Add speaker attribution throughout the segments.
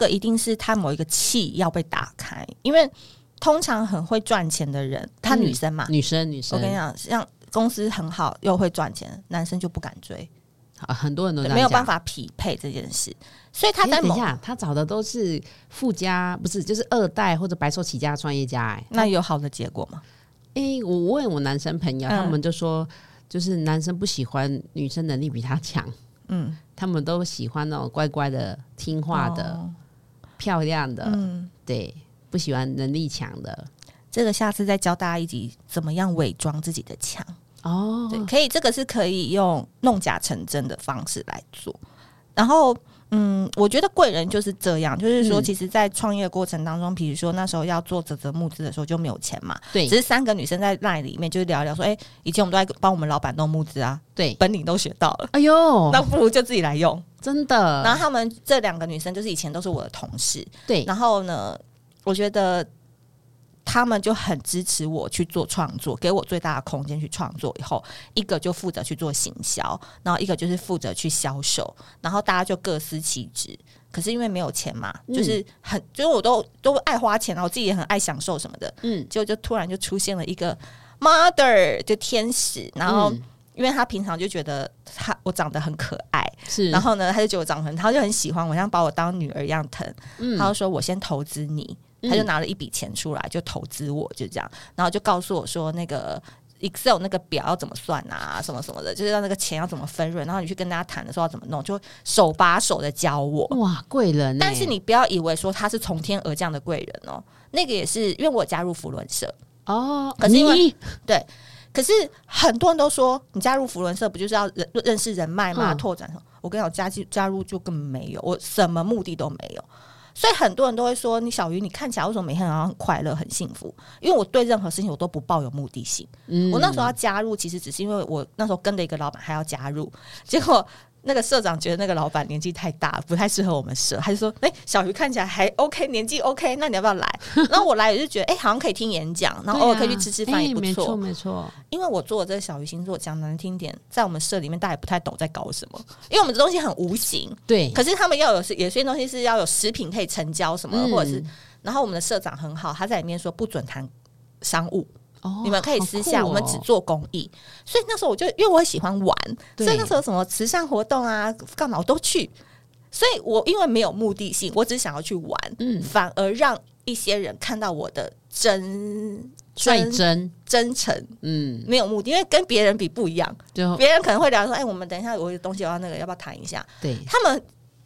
Speaker 1: 个一定是他某一个气要被打开，因为通常很会赚钱的人，他
Speaker 2: 嗯
Speaker 1: 女生嘛，
Speaker 2: 女生女生，
Speaker 1: 我跟你讲，像公司很好又会赚钱，男生就不敢追，
Speaker 2: 好很多人都
Speaker 1: 对
Speaker 2: 这样
Speaker 1: 没有
Speaker 2: 讲
Speaker 1: 办。法匹配这件事，所以他
Speaker 2: 哎
Speaker 1: 在
Speaker 2: 等一
Speaker 1: 某
Speaker 2: 下，他找的都是富家，不是就是二代或者白手起家的创业家、哎，
Speaker 1: 那有好的结果吗？
Speaker 2: 哎、我问我男生朋友，
Speaker 1: 嗯
Speaker 2: 他们就说，就是男生不喜欢女生能力比他强，
Speaker 1: 嗯，
Speaker 2: 他们都喜欢那种乖乖的、听话的、
Speaker 1: 哦
Speaker 2: 漂亮的，
Speaker 1: 嗯，
Speaker 2: 对，不喜欢能力强的。
Speaker 1: 这个下次再教大家一集怎么样伪装自己的强。
Speaker 2: 哦，
Speaker 1: 对，可以，这个是可以用弄假成真的方式来做。然后，嗯，我觉得贵人就是这样，就是说，
Speaker 2: 嗯
Speaker 1: 其实，在创业过程当中，比如说那时候要做泽泽募资的时候就没有钱嘛，
Speaker 2: 对
Speaker 1: 只是三个女生在那里面就是聊一聊说，哎、以前我们都在帮我们老板弄募资啊，
Speaker 2: 对，
Speaker 1: 本领都学到了。
Speaker 2: 哎呦，
Speaker 1: 那不如就自己来用。
Speaker 2: 真的，
Speaker 1: 然后他们这两个女生就是以前都是我的同事，
Speaker 2: 对，
Speaker 1: 然后呢，我觉得他们就很支持我去做创作，给我最大的空间去创作。以后一个就负责去做行销，然后一个就是负责去销售，然后大家就各司其职。可是因为没有钱嘛，
Speaker 2: 嗯
Speaker 1: 就是很，就是我都都爱花钱，啊然后我自己也很爱享受什么的，
Speaker 2: 嗯，
Speaker 1: 结果就突然就出现了一个 mother 就天使，然后
Speaker 2: 嗯
Speaker 1: 因为他平常就觉得他我长得很可爱，
Speaker 2: 是，
Speaker 1: 然后呢，他就觉得我长得很，他就很喜欢我，像把我当女儿一样疼。
Speaker 2: 嗯
Speaker 1: 他就说我先投资你，
Speaker 2: 嗯
Speaker 1: 他就拿了一笔钱出来就投资我，就这样，然后就告诉我说那个。Excel 那个表要怎么算啊，什么什么的，就是让那个钱要怎么分润，然后你去跟大家谈的时候要怎么弄，就手把手的教我。
Speaker 2: 哇，贵人、欸，
Speaker 1: 但是你不要以为说他是从天而降的贵人哦，那个也是因为我加入福伦社，
Speaker 2: 哦，
Speaker 1: 可是因为
Speaker 2: 你
Speaker 1: 可是很多人都说，你加入福伦社不就是要认认识人脉吗？
Speaker 2: 嗯
Speaker 1: 拓展什么？我跟你讲，加进加入就根本没有，我什么目的都没有。所以很多人都会说，你小鱼，你看起来为什么每天好像很快乐、很幸福？因为我对任何事情我都不抱有目的性。
Speaker 2: 嗯
Speaker 1: 我那时候要加入，其实只是因为我那时候跟着一个老板，还要加入， 结果那个社长觉得那个老板年纪太大，不太适合我们社，他就说：“哎、小鱼看起来还 OK，年纪 OK，那你要不要来？” 然后我来，我就觉得哎、好像可以听演讲，然后偶尔可以去吃吃饭也不
Speaker 2: 啊对啊哎没
Speaker 1: 错。
Speaker 2: 错没错，
Speaker 1: 因为我做的这个小鱼星座，讲难听点，在我们社里面大家也不太懂在搞什么，因为我们这东西很无形。
Speaker 2: 对，
Speaker 1: 可是他们要有有些东西是要有食品可以成交什么的，
Speaker 2: 嗯
Speaker 1: 或者是，然后我们的社长很好，他在里面说不准谈商务，
Speaker 2: 哦
Speaker 1: 你们可以私下，
Speaker 2: 好酷
Speaker 1: 我
Speaker 2: 哦
Speaker 1: 们只做公益。所以那时候我就因为我喜欢玩，
Speaker 2: 对
Speaker 1: 所以那时候什么慈善活动啊，干嘛我都去。所以我因为没有目的性，我只想要去玩，
Speaker 2: 嗯
Speaker 1: 反而让一些人看到我的真
Speaker 2: 率
Speaker 1: 真
Speaker 2: 真，
Speaker 1: 真诚，
Speaker 2: 嗯，
Speaker 1: 没有目的，因为跟别人比不一样。
Speaker 2: 就
Speaker 1: 别人可能会聊说：“哎、我们等一下，我有东西我要那个，要不要谈一下
Speaker 2: 对？”，
Speaker 1: 他们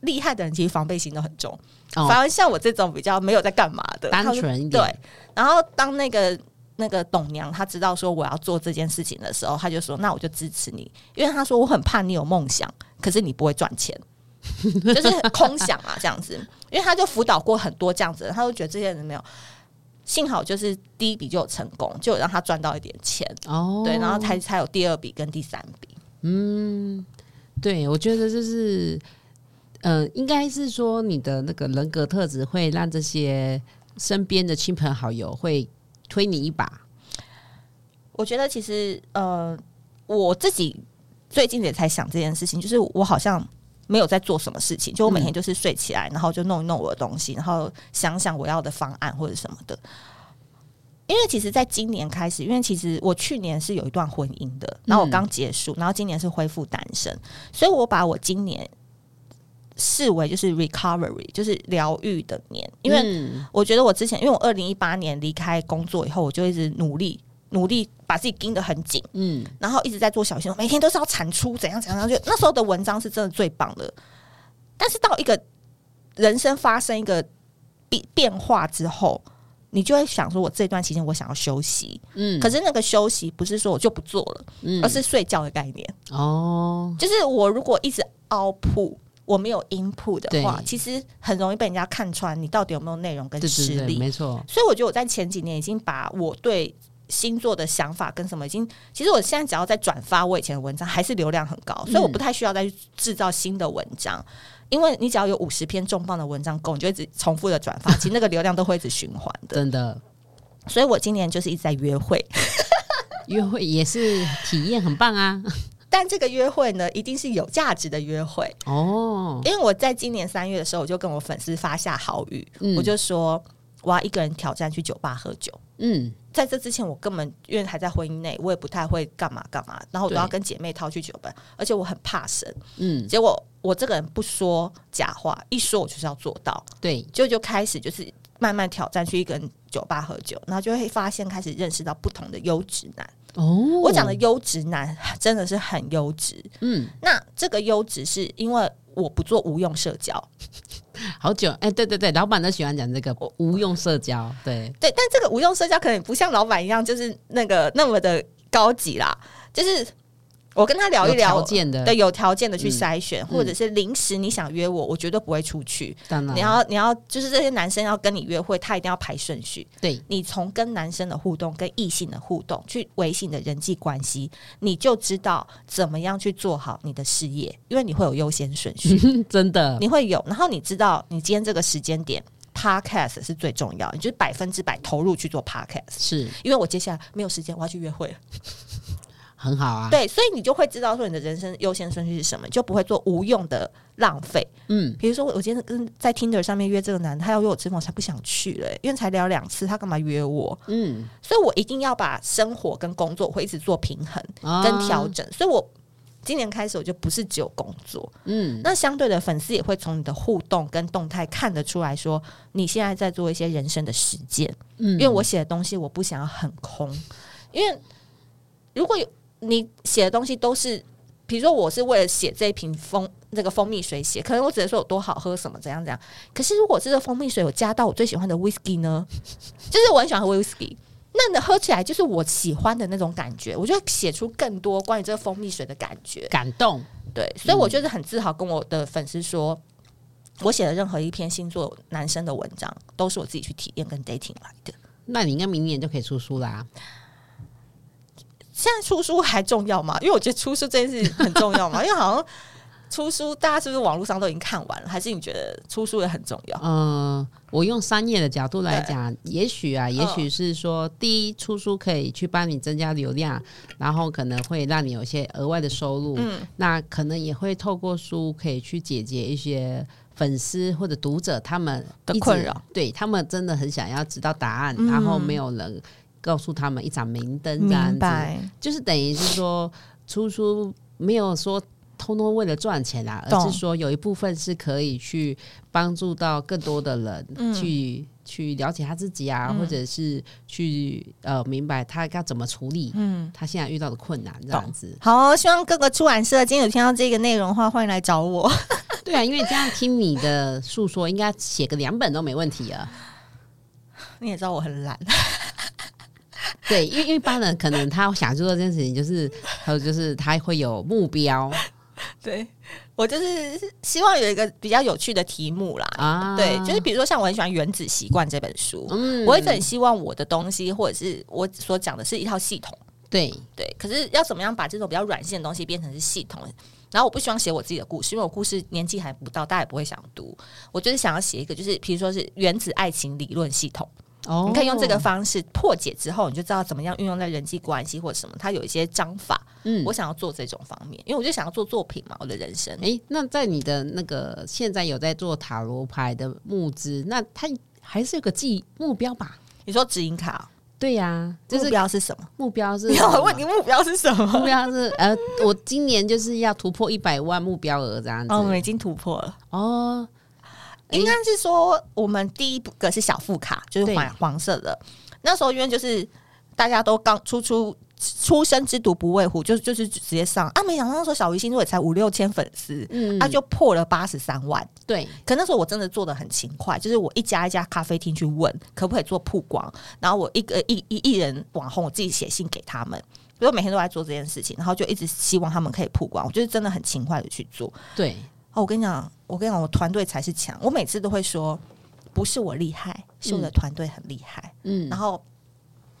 Speaker 1: 厉害的人其实防备心都很重，
Speaker 2: 哦
Speaker 1: 反而像我这种比较没有在干嘛的，
Speaker 2: 单
Speaker 1: 他们
Speaker 2: 纯一点，
Speaker 1: 对。然后当那个那个董娘她知道说我要做这件事情的时候，她就说：“那我就支持你，因为她说我很怕你有梦想，可是你不会赚 钱，就是空想啊这样子。”因为她就辅导过很多这样子的人，她就觉得这些人没有。幸好就是第一笔就有成功，就有让她赚到一点钱，
Speaker 2: 哦，
Speaker 1: 对，然后才才有第二笔跟第三笔。
Speaker 2: 嗯，对，我觉得就是，呃，应该是说你的那个人格特质会让这些身边的亲朋好友会推你一把。
Speaker 1: 我觉得其实呃，我自己最近也才想这件事情，就是我好像没有在做什么事情，就我每天就是睡起来，然后就弄一弄我的东西，然后想想我要的方案或者什么的。因为其实，在今年开始，因为其实我去年是有一段婚姻的，然后我刚结束，然后今年是恢复单身，所以我把我今年视为就是 recovery，就是疗愈的年，因为
Speaker 2: 嗯
Speaker 1: 我觉得我之前，因为我二零一八年离开工作以后，我就一直努力努力把自己盯得很紧，
Speaker 2: 嗯，
Speaker 1: 然后一直在做小新闻，每天都是要产出怎样怎样，然后就那时候的文章是真的最棒的。但是到一个人生发生一个变变化之后，你就会想说，我这段期间我想要休息，
Speaker 2: 嗯
Speaker 1: 可是那个休息不是说我就不做了，
Speaker 2: 嗯
Speaker 1: 而是睡觉的概念。
Speaker 2: 哦，
Speaker 1: 就是我如果一直凹铺，我没有 input 的话
Speaker 2: 对，
Speaker 1: 其实很容易被人家看穿你到底有没有内容跟
Speaker 2: 对
Speaker 1: 实
Speaker 2: 对对，
Speaker 1: 力。
Speaker 2: 没错，
Speaker 1: 所以我觉得我在前几年已经把我对星座的想法跟什么已经，其实我现在只要在转发我以前的文章，还是流量很高，所以我不太需要再去制造新的文章，因为你只要有五十篇重磅的文章够，你就一直重复的转发，其实那个流量都会一直循环的。
Speaker 2: 真的
Speaker 1: 所以我今年就是一直在约会，
Speaker 2: 约会也是体验很棒啊。
Speaker 1: 但这个约会呢，一定是有价值的约会。
Speaker 2: 哦，
Speaker 1: 因为我在今年三月的时候，我就跟我粉丝发下豪语，
Speaker 2: 嗯
Speaker 1: 我就说我要一个人挑战去酒吧喝酒。
Speaker 2: 嗯
Speaker 1: 在这之前，我根本因为还在婚姻内，我也不太会干嘛干嘛，然后我都
Speaker 2: 对
Speaker 1: 要跟姐妹掏去酒吧，而且我很怕生。
Speaker 2: 嗯，
Speaker 1: 结果我这个人不说假话，一说我就是要做到，
Speaker 2: 对，
Speaker 1: 就就开始就是慢慢挑战去一个人酒吧喝酒，然后就会发现开始认识到不同的优质男。
Speaker 2: 哦，
Speaker 1: 我讲的优质男真的是很优质，
Speaker 2: 嗯，
Speaker 1: 那这个优质是因为我不做无用社交，
Speaker 2: 好久，哎、对对对，老板都喜欢讲这个无用社交，对，
Speaker 1: 对，但这个无用社交可能不像老板一样，就是那个那么的高级啦。就是我跟他聊一
Speaker 2: 有条
Speaker 1: 聊，
Speaker 2: 件的，
Speaker 1: 对，有条件的去筛选，或者是临时你想约我，我绝对不会出去。
Speaker 2: 当然
Speaker 1: 你要你要就是这些男生要跟你约会，他一定要排顺序。
Speaker 2: 对，
Speaker 1: 你从跟男生的互动、跟异性的互动去维系你的人际关系，你就知道怎么样去做好你的事业，因为你会有优先顺序。
Speaker 2: 嗯真的，
Speaker 1: 你会有，然后你知道你今天这个时间点，podcast 是最重要，你就是百分之百投入去做 podcast。
Speaker 2: 是
Speaker 1: 因为我接下来没有时间，我要去约会了。
Speaker 2: 很好啊，
Speaker 1: 对，所以你就会知道说你的人生优先顺序是什么，你就不会做无用的浪费。
Speaker 2: 嗯，
Speaker 1: 比如说，我今天跟在 Tinder 上面约这个男的，他要约我吃饭，我才不想去嘞、因为才聊两次，他干嘛约我？
Speaker 2: 嗯，
Speaker 1: 所以我一定要把生活跟工作会一直做平衡
Speaker 2: 啊
Speaker 1: 跟调，整。所以我今年开始，我就不是只有工作，
Speaker 2: 嗯，
Speaker 1: 那相对的，粉丝也会从你的互动跟动态看得出来说，你现在在做一些人生的实践。
Speaker 2: 嗯
Speaker 1: 因为我写的东西，我不想要很空，因为如果有你写的东西都是，比如说我是为了写这一瓶蜂那个蜂蜜水写，可能我只能说有多好喝什么怎样怎样。可是如果这个蜂蜜水有加到我最喜欢的 whisky 呢，就是我很喜欢喝 whisky。那你喝起来就是我喜欢的那种感觉，我就会写出更多关于这个蜂蜜水的感觉。
Speaker 2: 感动，
Speaker 1: 对，所以我就是很自豪跟我的粉丝说，我写的任何一篇星座男生的文章，都是我自己去体验跟 dating 来的。
Speaker 2: 那你应该明年就可以出书啦、
Speaker 1: 现在出书还重要吗？因为我觉得出书这件事情很重要 嘛，因为好像出书大家是不是网络上都已经看完了，还是你觉得出书也很重要？
Speaker 2: 嗯，我用商业的角度来讲，也许啊，
Speaker 1: 嗯
Speaker 2: 也许是说，第一，出书可以去帮你增加流量，然后可能会让你有一些额外的收入。嗯，那可能也会透过书可以去解决一些粉丝或者读者他们
Speaker 1: 的
Speaker 2: 一直
Speaker 1: 困扰，
Speaker 2: 对他们真的很想要知道答案，
Speaker 1: 嗯
Speaker 2: 然后没有人告诉他们一盏明灯这样子。，就是等于是说出书没有说通通为了赚钱啦，
Speaker 1: 懂
Speaker 2: 而是说有一部分是可以去帮助到更多的人
Speaker 1: 嗯
Speaker 2: 去、去了解他自己啊，
Speaker 1: 嗯
Speaker 2: 或者是去呃明白他该怎么处理
Speaker 1: 嗯。
Speaker 2: 他现在遇到的困难这样子。
Speaker 1: 好哦、希望各个出版社今天有听到这个内容的话，欢迎来找我。
Speaker 2: 对啊，因为这样听你的诉说，应该写个两本都没问题啊。
Speaker 1: 你也知道我很懒，啊
Speaker 2: 对，因为因为一般人可能他想做这件事情，就是还有就是他会有目标
Speaker 1: 对我就是希望有一个比较有趣的题目啦。
Speaker 2: 啊。
Speaker 1: 对，就是比如说像我很喜欢《原子习惯》这本书，
Speaker 2: 嗯
Speaker 1: 我一直很希望我的东西或者是我所讲的是一套系统，
Speaker 2: 对
Speaker 1: 对。可是要怎么样把这种比较软性的东西变成是系统？然后我不希望写我自己的故事，因为我故事年纪还不到，大家也不会想读。我就是想要写一个，就是比如说是原子爱情理论系统，
Speaker 2: 哦，
Speaker 1: 你可以用这个方式破解之后，你就知道怎么样运用在人际关系或者什么。它有一些章法，
Speaker 2: 嗯
Speaker 1: 我想要做这种方面，因为我就想要做作品嘛，我的人生。
Speaker 2: 诶，那在你的那个现在有在做塔罗牌的募资，那它还是有个计目标吧？
Speaker 1: 你说指引卡，
Speaker 2: 对呀、就
Speaker 1: 目
Speaker 2: 是啊
Speaker 1: 标是什么？
Speaker 2: 目标 是
Speaker 1: 你要我问你目标是什么？
Speaker 2: 目标是呃，我今年就是要突破一百万目标额这样子
Speaker 1: 哦，我们已经突破了。
Speaker 2: 哦，诶
Speaker 1: 应该是说，我们第一个是小副卡，就是
Speaker 2: 对
Speaker 1: 黄黄色的。那时候因为就是大家都刚初出出生之犊不畏虎，就就是直接上啊，没想到那时候小鱼星座也才五六千粉丝，啊
Speaker 2: 嗯，
Speaker 1: 他、就破了八十三万。
Speaker 2: 对，
Speaker 1: 可那时候我真的做的很勤快，就是我一家一家咖啡厅去问可不可以做曝光，然后我一个一一一人网红，我自己写信给他们。所以我每天都在做这件事情，然后就一直希望他们可以曝光，我就是真的很勤快的去做。
Speaker 2: 对，
Speaker 1: 哦，我跟你讲，我跟你讲，我团队才是强。我每次都会说，不是我厉害，是我的团队很厉害。
Speaker 2: 嗯
Speaker 1: 然后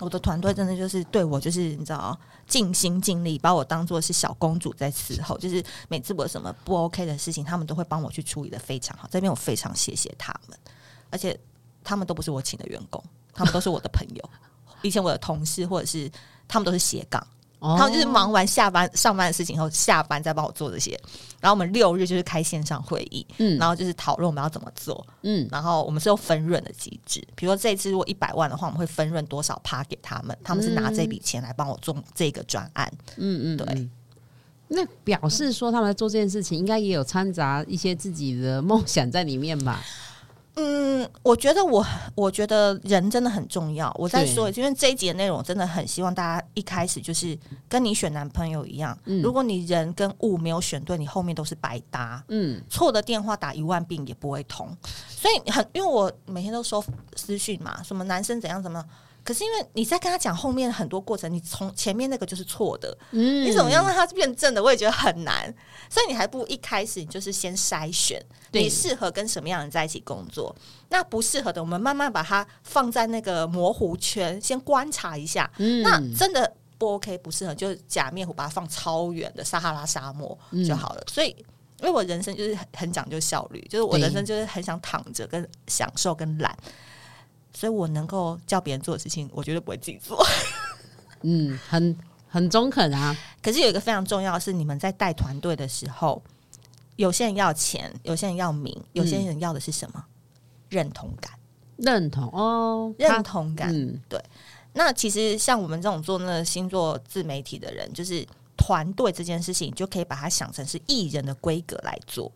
Speaker 1: 我的团队真的就是对我，就是你知道，尽心尽力，把我当做是小公主在伺候。就是每次我有什么不 OK 的事情，他们都会帮我去处理的非常好。这边我非常谢谢他们，而且他们都不是 我请的员工，他们都是我的朋友，以前我的同事或者是他们都是斜杠。
Speaker 2: 哦
Speaker 1: 他们就是忙完下班上班的事情以后，下班再帮我做这些。然后我们六日就是开线上会议，
Speaker 2: 嗯
Speaker 1: 然后就是讨论我们要怎么做。
Speaker 2: 嗯
Speaker 1: 然后我们是用分润的机制，比如说这一次如果一百万的话，我们会分润多少趴给他们，他们是拿
Speaker 2: 嗯
Speaker 1: 这笔钱来帮我做这个专案。
Speaker 2: 嗯嗯，
Speaker 1: 对
Speaker 2: 嗯。那表示说他们在做这件事情，应该也有掺杂一些自己的梦想在里面吧？
Speaker 1: 嗯，我觉得我我觉得人真的很重要。我再
Speaker 2: 对
Speaker 1: 说一次，因为这一集的内容我真的很希望大家一开始就是跟你选男朋友一样，
Speaker 2: 嗯
Speaker 1: 如果你人跟物没有选对，你后面都是白搭。
Speaker 2: 嗯，
Speaker 1: 错的电话打一万遍也不会通，所以很因为我每天都收私讯嘛，什么男生怎样怎么样，可是因为你在跟他讲后面很多过程，你从前面那个就是错的，
Speaker 2: 嗯
Speaker 1: 你怎么样让他变正的，我也觉得很难，所以你还不如一开始你就是先筛选
Speaker 2: 对
Speaker 1: 你适合跟什么样的人在一起工作，那不适合的我们慢慢把它放在那个模糊圈，先观察一下，
Speaker 2: 嗯
Speaker 1: 那真的不 OK 不适合，就假面虎把它放超远的撒哈拉沙漠
Speaker 2: 嗯
Speaker 1: 就好了。所以，因为我人生就是很很讲究效率，就是我
Speaker 2: 对
Speaker 1: 人生就是很想躺着跟享受跟懒，所以我能够叫别人做的事情，我绝对不会自己做。
Speaker 2: 嗯，很很中肯啊，
Speaker 1: 可是有一个非常重要的是，你们在带团队的时候，有些人要钱，有些人要名，有些人要的是什么？认同感，
Speaker 2: 认同哦，
Speaker 1: 认同感。
Speaker 2: 嗯
Speaker 1: 那其实像我们这种做那个星座自媒体的人，就是团队这件事情，你就可以把它想成是艺人的规格来做。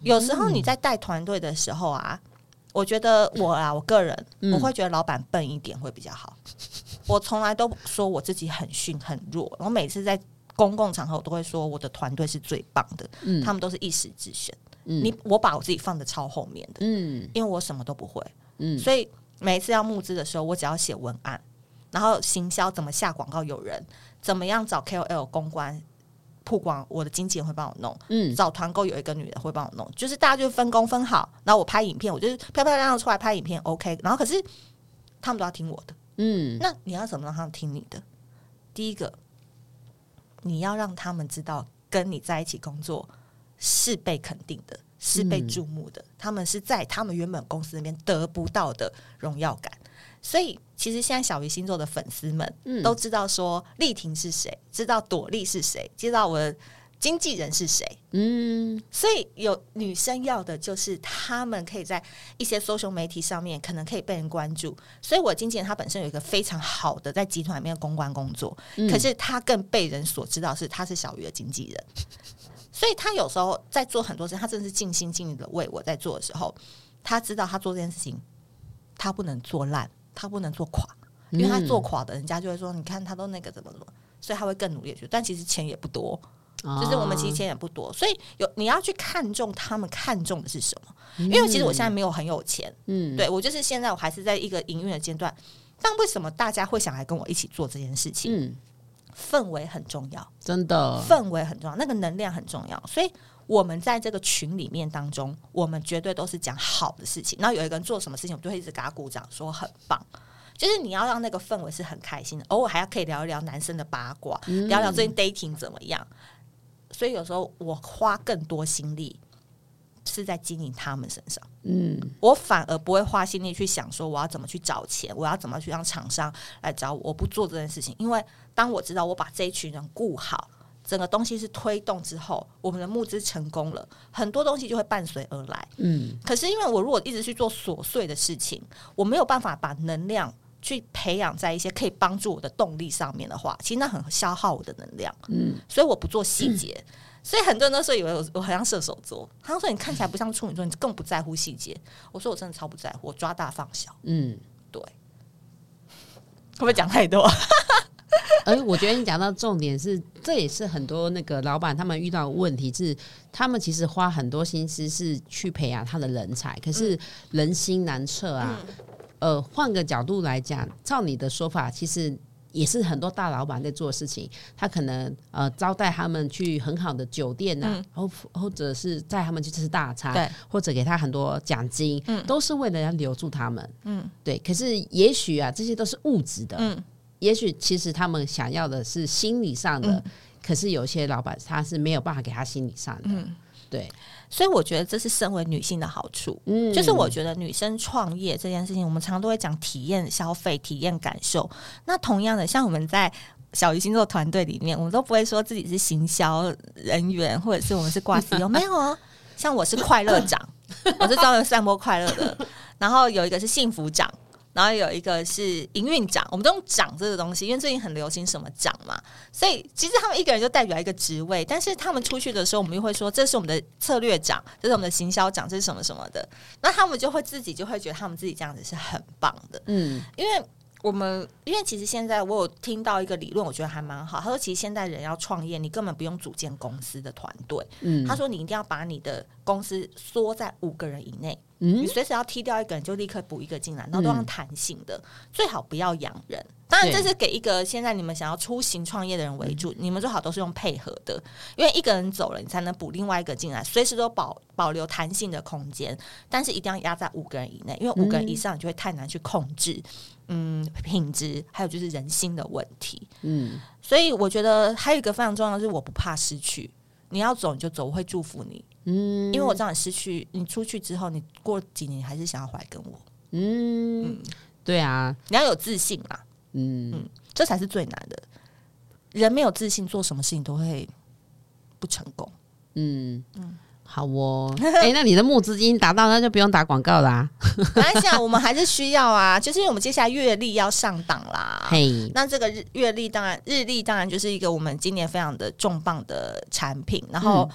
Speaker 1: 有时
Speaker 2: 嗯
Speaker 1: 候你在带团队的时候啊，我觉得我啊，我个人、
Speaker 2: 嗯
Speaker 1: 我会觉得老板笨一点会比较好。我从来都说我自己很逊很弱，我每次在公共场合我都会说我的团队是最棒的，
Speaker 2: 嗯
Speaker 1: 他们都是一时之选。
Speaker 2: 嗯
Speaker 1: 你我把我自己放的超后面的，
Speaker 2: 嗯
Speaker 1: 因为我什么都不会。
Speaker 2: 嗯
Speaker 1: 所以每一次要募资的时候，我只要写文案，然后行销怎么下广告有人，怎么样找 KOL 公关曝光，我的经纪人会帮我弄，
Speaker 2: 嗯
Speaker 1: 找团购有一个女的会帮我弄，就是大家就分工分好，然后我拍影片，我就是漂漂亮亮出来拍影片 OK，然后可是他们都要听我的，
Speaker 2: 嗯
Speaker 1: 那你要怎么让他们听你的？第一个，你要让他们知道跟你在一起工作是被肯定的，是被
Speaker 2: 嗯
Speaker 1: 注目的，他们是在他们原本公司那边得不到的荣耀感。所以，其实现在小鱼星座的粉丝们
Speaker 2: 嗯
Speaker 1: 都知道说丽婷是谁，知道朵莉是谁，知道我的经纪人是谁，
Speaker 2: 嗯
Speaker 1: 所以有女生要的就是她们可以在一些 social 媒体上面可能可以被人关注。所以我经纪人她本身有一个非常好的在集团里面的公关工作，
Speaker 2: 嗯
Speaker 1: 可是她更被人所知道是她是小鱼的经纪人。所以她有时候在做很多事，她真的是尽心尽力的为我在做的时候，她知道她做这件事情，她不能做烂，她不能做垮，因为她做垮的，人家就会说你看她都那个怎么怎么，所以她会更努力地去。但其实钱也不多，
Speaker 2: 哦
Speaker 1: 就是我们其实钱也不多，所以有你要去看重他们看重的是什么。因为其实我现在没有很有钱，
Speaker 2: 嗯
Speaker 1: 对我就是现在我还是在一个营运的阶段，但为什么大家会想来跟我一起做这件事情？
Speaker 2: 嗯，
Speaker 1: 氛围很重要，
Speaker 2: 真的
Speaker 1: 氛围很重要，那个能量很重要，所以。我们在这个群里面当中，我们绝对都是讲好的事情。然后有一个人做什么事情，我们就会一直给他鼓掌，说很棒。就是你要让那个氛围是很开心的，偶尔还要可以聊一聊男生的八卦，嗯聊聊最近 dating 怎么样。所以有时候我花更多心力是在经营他们身上，
Speaker 2: 嗯
Speaker 1: 我反而不会花心力去想说我要怎么去找钱，我要怎么去让厂商来找我。我不做这件事情，因为当我知道我把这一群人顾好，整个东西是推动之后，我们的募资成功了，很多东西就会伴随而来。
Speaker 2: 嗯
Speaker 1: 可是因为我如果一直去做琐碎的事情，我没有办法把能量去培养在一些可以帮助我的动力上面的话，其实那很消耗我的能量。
Speaker 2: 嗯，
Speaker 1: 所以我不做细节。所以很多人都说以为我我很像射手座，他说你看起来不像处女座，你更不在乎细节。我说我真的超不在乎，我抓大放小。
Speaker 2: 嗯。
Speaker 1: 对，会不 会讲太多？
Speaker 2: 而我觉得你讲到重点是，这也是很多那个老板他们遇到的问题是，他们其实花很多心思是去培养他的人才，可
Speaker 1: 嗯
Speaker 2: 是人心难测啊。呃，换个角度来讲，照你的说法，其实。也是很多大老板在做的事情，他可能呃招待他们去很好的酒店呐、或、或者是带他们去吃大餐，
Speaker 1: 嗯对
Speaker 2: 或者给他很多奖金，
Speaker 1: 嗯
Speaker 2: 都是为了要留住他们，
Speaker 1: 嗯，
Speaker 2: 对。可是也许啊，这些都是物质的，
Speaker 1: 嗯
Speaker 2: 也许其实他们想要的是心理上的，
Speaker 1: 嗯
Speaker 2: 可是有些老板他是没有办法给他心理上的，
Speaker 1: 嗯
Speaker 2: 对，
Speaker 1: 所以我觉得这是身为女性的好处。
Speaker 2: 嗯
Speaker 1: 就是我觉得女生创业这件事情，我们常常都会讲体验消费、体验感受。那同样的，像我们在小鱼星座团队里面，我们都不会说自己是行销人员，或者是我们是挂 CEO，没有啊。像我是快乐长，我是专门散播快乐的。然后有一个是幸福长，然后有一个是营运长。我们都用“长”这个东西，因为最近很流行什么长嘛，所以其实他们一个人就代表一个职位。但是他们出去的时候，我们又会说这是我们的策略长，这是我们的行销长，这是什么什么的。那他们就会自己就会觉得他们自己这样子是很棒的，
Speaker 2: 嗯，
Speaker 1: 因为。我们因为其实现在我有听到一个理论，我觉得还蛮好。他说，其实现代人要创业，你根本不用组建公司的团队。
Speaker 2: 嗯
Speaker 1: 他说，你一定要把你的公司缩在五个人以内，你
Speaker 2: 嗯，
Speaker 1: 随时要踢掉一个人就立刻补一个进来，然后都让弹性的，最好不要养人。当然，这
Speaker 2: 嗯对嗯
Speaker 1: 是给一个现在你们想要出行创业的人为主，你们最好都是用配合的，因为一个人走了，你才能补另外一个进来，随时都保保留弹性的空间，但是一定要压在五个人以内，因为五个人以上你就会太难去控制，嗯，品质还有就是人心的问题。
Speaker 2: 嗯，
Speaker 1: 所以我觉得还有一个非常重要的是，我不怕失去。你要走你就走，我会祝福你。嗯，因为我知道你失去，你出去之后，你过几年还是想要回来跟我。
Speaker 2: 对啊，
Speaker 1: 你要有自信啊，
Speaker 2: 嗯，
Speaker 1: 这才是最难的。人没有自信，做什么事情都会不成功。
Speaker 2: 好哦。哎、那你的募资金达到，那就不用打广告啦。
Speaker 1: 马来西亚我们还是需要啊，就是因为我们接下来月历要上档啦。
Speaker 2: 嘿，
Speaker 1: 那这个日月历当然，日历当然就是一个我们今年非常的重磅的产品，然
Speaker 2: 嗯
Speaker 1: 后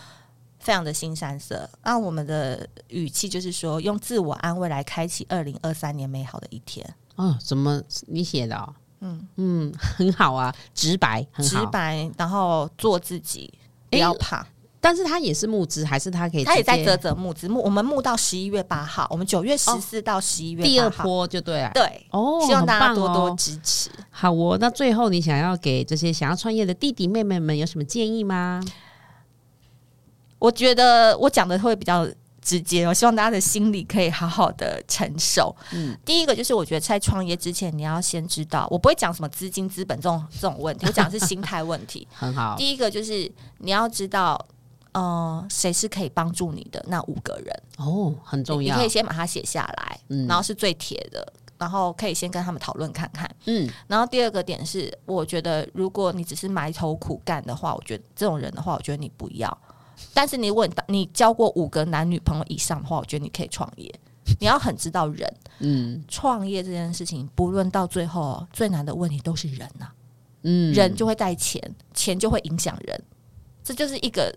Speaker 1: 非常的新山色。那我们的语气就是说，用自我安慰来开启二零二三年美好的一天，
Speaker 2: 哦，怎么你写的、哦？嗯嗯，很好啊，直白，很
Speaker 1: 直
Speaker 2: 好。
Speaker 1: 白，然后做自己，不
Speaker 2: 诶
Speaker 1: 要怕。
Speaker 2: 但是他也是募资，还是他可以？
Speaker 1: 他也在泽泽募资，募我们募到十一月八号，我们九月十四到十一月
Speaker 2: 哦第二
Speaker 1: 8号，
Speaker 2: 波就对了。
Speaker 1: 对，
Speaker 2: 哦，
Speaker 1: 希望大家
Speaker 2: 很棒
Speaker 1: 多
Speaker 2: 哦
Speaker 1: 多支持。
Speaker 2: 好哦，那最后你想要给这些想要创业的弟弟妹妹们有什么建议吗？
Speaker 1: 我觉得我讲的会比较直接，我希望大家的心理可以好好的承受。嗯，第一个就是我觉得在创业之前，你要先知道，我不会讲什么资金、资本这种这种 问题，我讲的是心态问题。
Speaker 2: 很好，
Speaker 1: 第一个就是你要知道，呃，谁是可以帮助你的那五个人，
Speaker 2: 哦，很重
Speaker 1: 你
Speaker 2: 要
Speaker 1: 可以。先把它写下来，
Speaker 2: 嗯
Speaker 1: 然后是最铁的，然后可以先跟他们讨论看看。
Speaker 2: 嗯，
Speaker 1: 然后第二个点是，我觉得如果你只是埋头苦干的话，我觉得这种人的话，我觉得你不要。但是你问你交过五个男女朋友以上的话，我觉得你可以创业。你要很知道人，嗯，创业这件事情，不论到最后最难的问题都是人呐、
Speaker 2: 嗯，
Speaker 1: 人就会带钱，钱就会影响人，这就是一个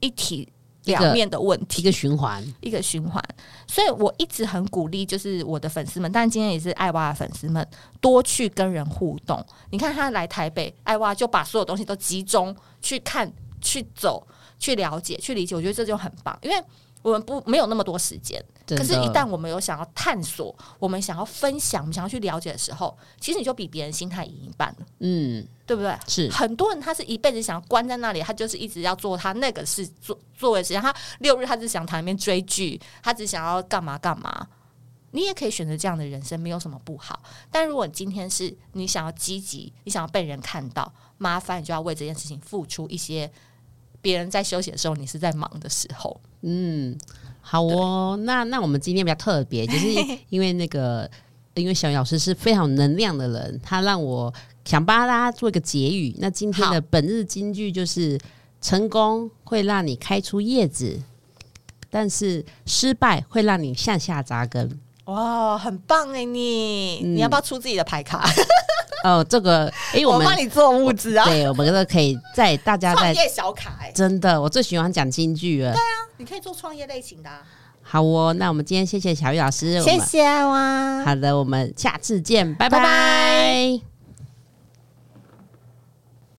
Speaker 1: 一体两面的问
Speaker 2: 一
Speaker 1: 题，
Speaker 2: 个循环，
Speaker 1: 一个循环。所以我一直很鼓励，就是我的粉丝们，但今天也是艾娃的粉丝们，多去跟人互动。你看他来台北，艾娃就把所有东西都集中去看、去走、去了解、去理解。我觉得这就很棒，因为我们不没有那么多时间，
Speaker 2: 真
Speaker 1: 可
Speaker 2: 的
Speaker 1: 是，一旦我们有想要探索、我们想要分享、我们想要去了解的时候，其实你就比别人心态赢一半了，
Speaker 2: 嗯
Speaker 1: 对不对？
Speaker 2: 是
Speaker 1: 很多人他是一辈子想关在那里，他就是一直要做他那个事做做的事情。他六日他只想躺在那边追剧，他只想要干嘛干嘛。你也可以选择这样的人生，没有什么不好。但如果你今天是你想要积极，你想要被人看到，麻烦你就要为这件事情付出一些别人在休息的时候，你是在忙的时候。
Speaker 2: 好哦。那那我们今天比较特别，就是 因为那个，因为小雨老师是非常有能量的人，他让我想帮大家做一个结语。那今天的
Speaker 1: 好
Speaker 2: 本日金句就是：成功会让你开出叶子，但是失败会让你向下扎根。
Speaker 1: 哇，很棒哎！你、你要不要出自己的牌卡？
Speaker 2: 哦，这个，哎、我
Speaker 1: 我
Speaker 2: 们
Speaker 1: 帮你做物质啊，
Speaker 2: 对，我们都可以在大家
Speaker 1: 创
Speaker 2: 在
Speaker 1: 业小卡哎，
Speaker 2: 真的，我最喜欢讲京剧了。
Speaker 1: 你可以做创业类型的、啊。
Speaker 2: 好哦，那我们今天谢谢小雨老师，我
Speaker 1: 谢
Speaker 2: 们
Speaker 1: 谢啊。
Speaker 2: 好的，我们下次见，拜
Speaker 1: 拜
Speaker 2: 拜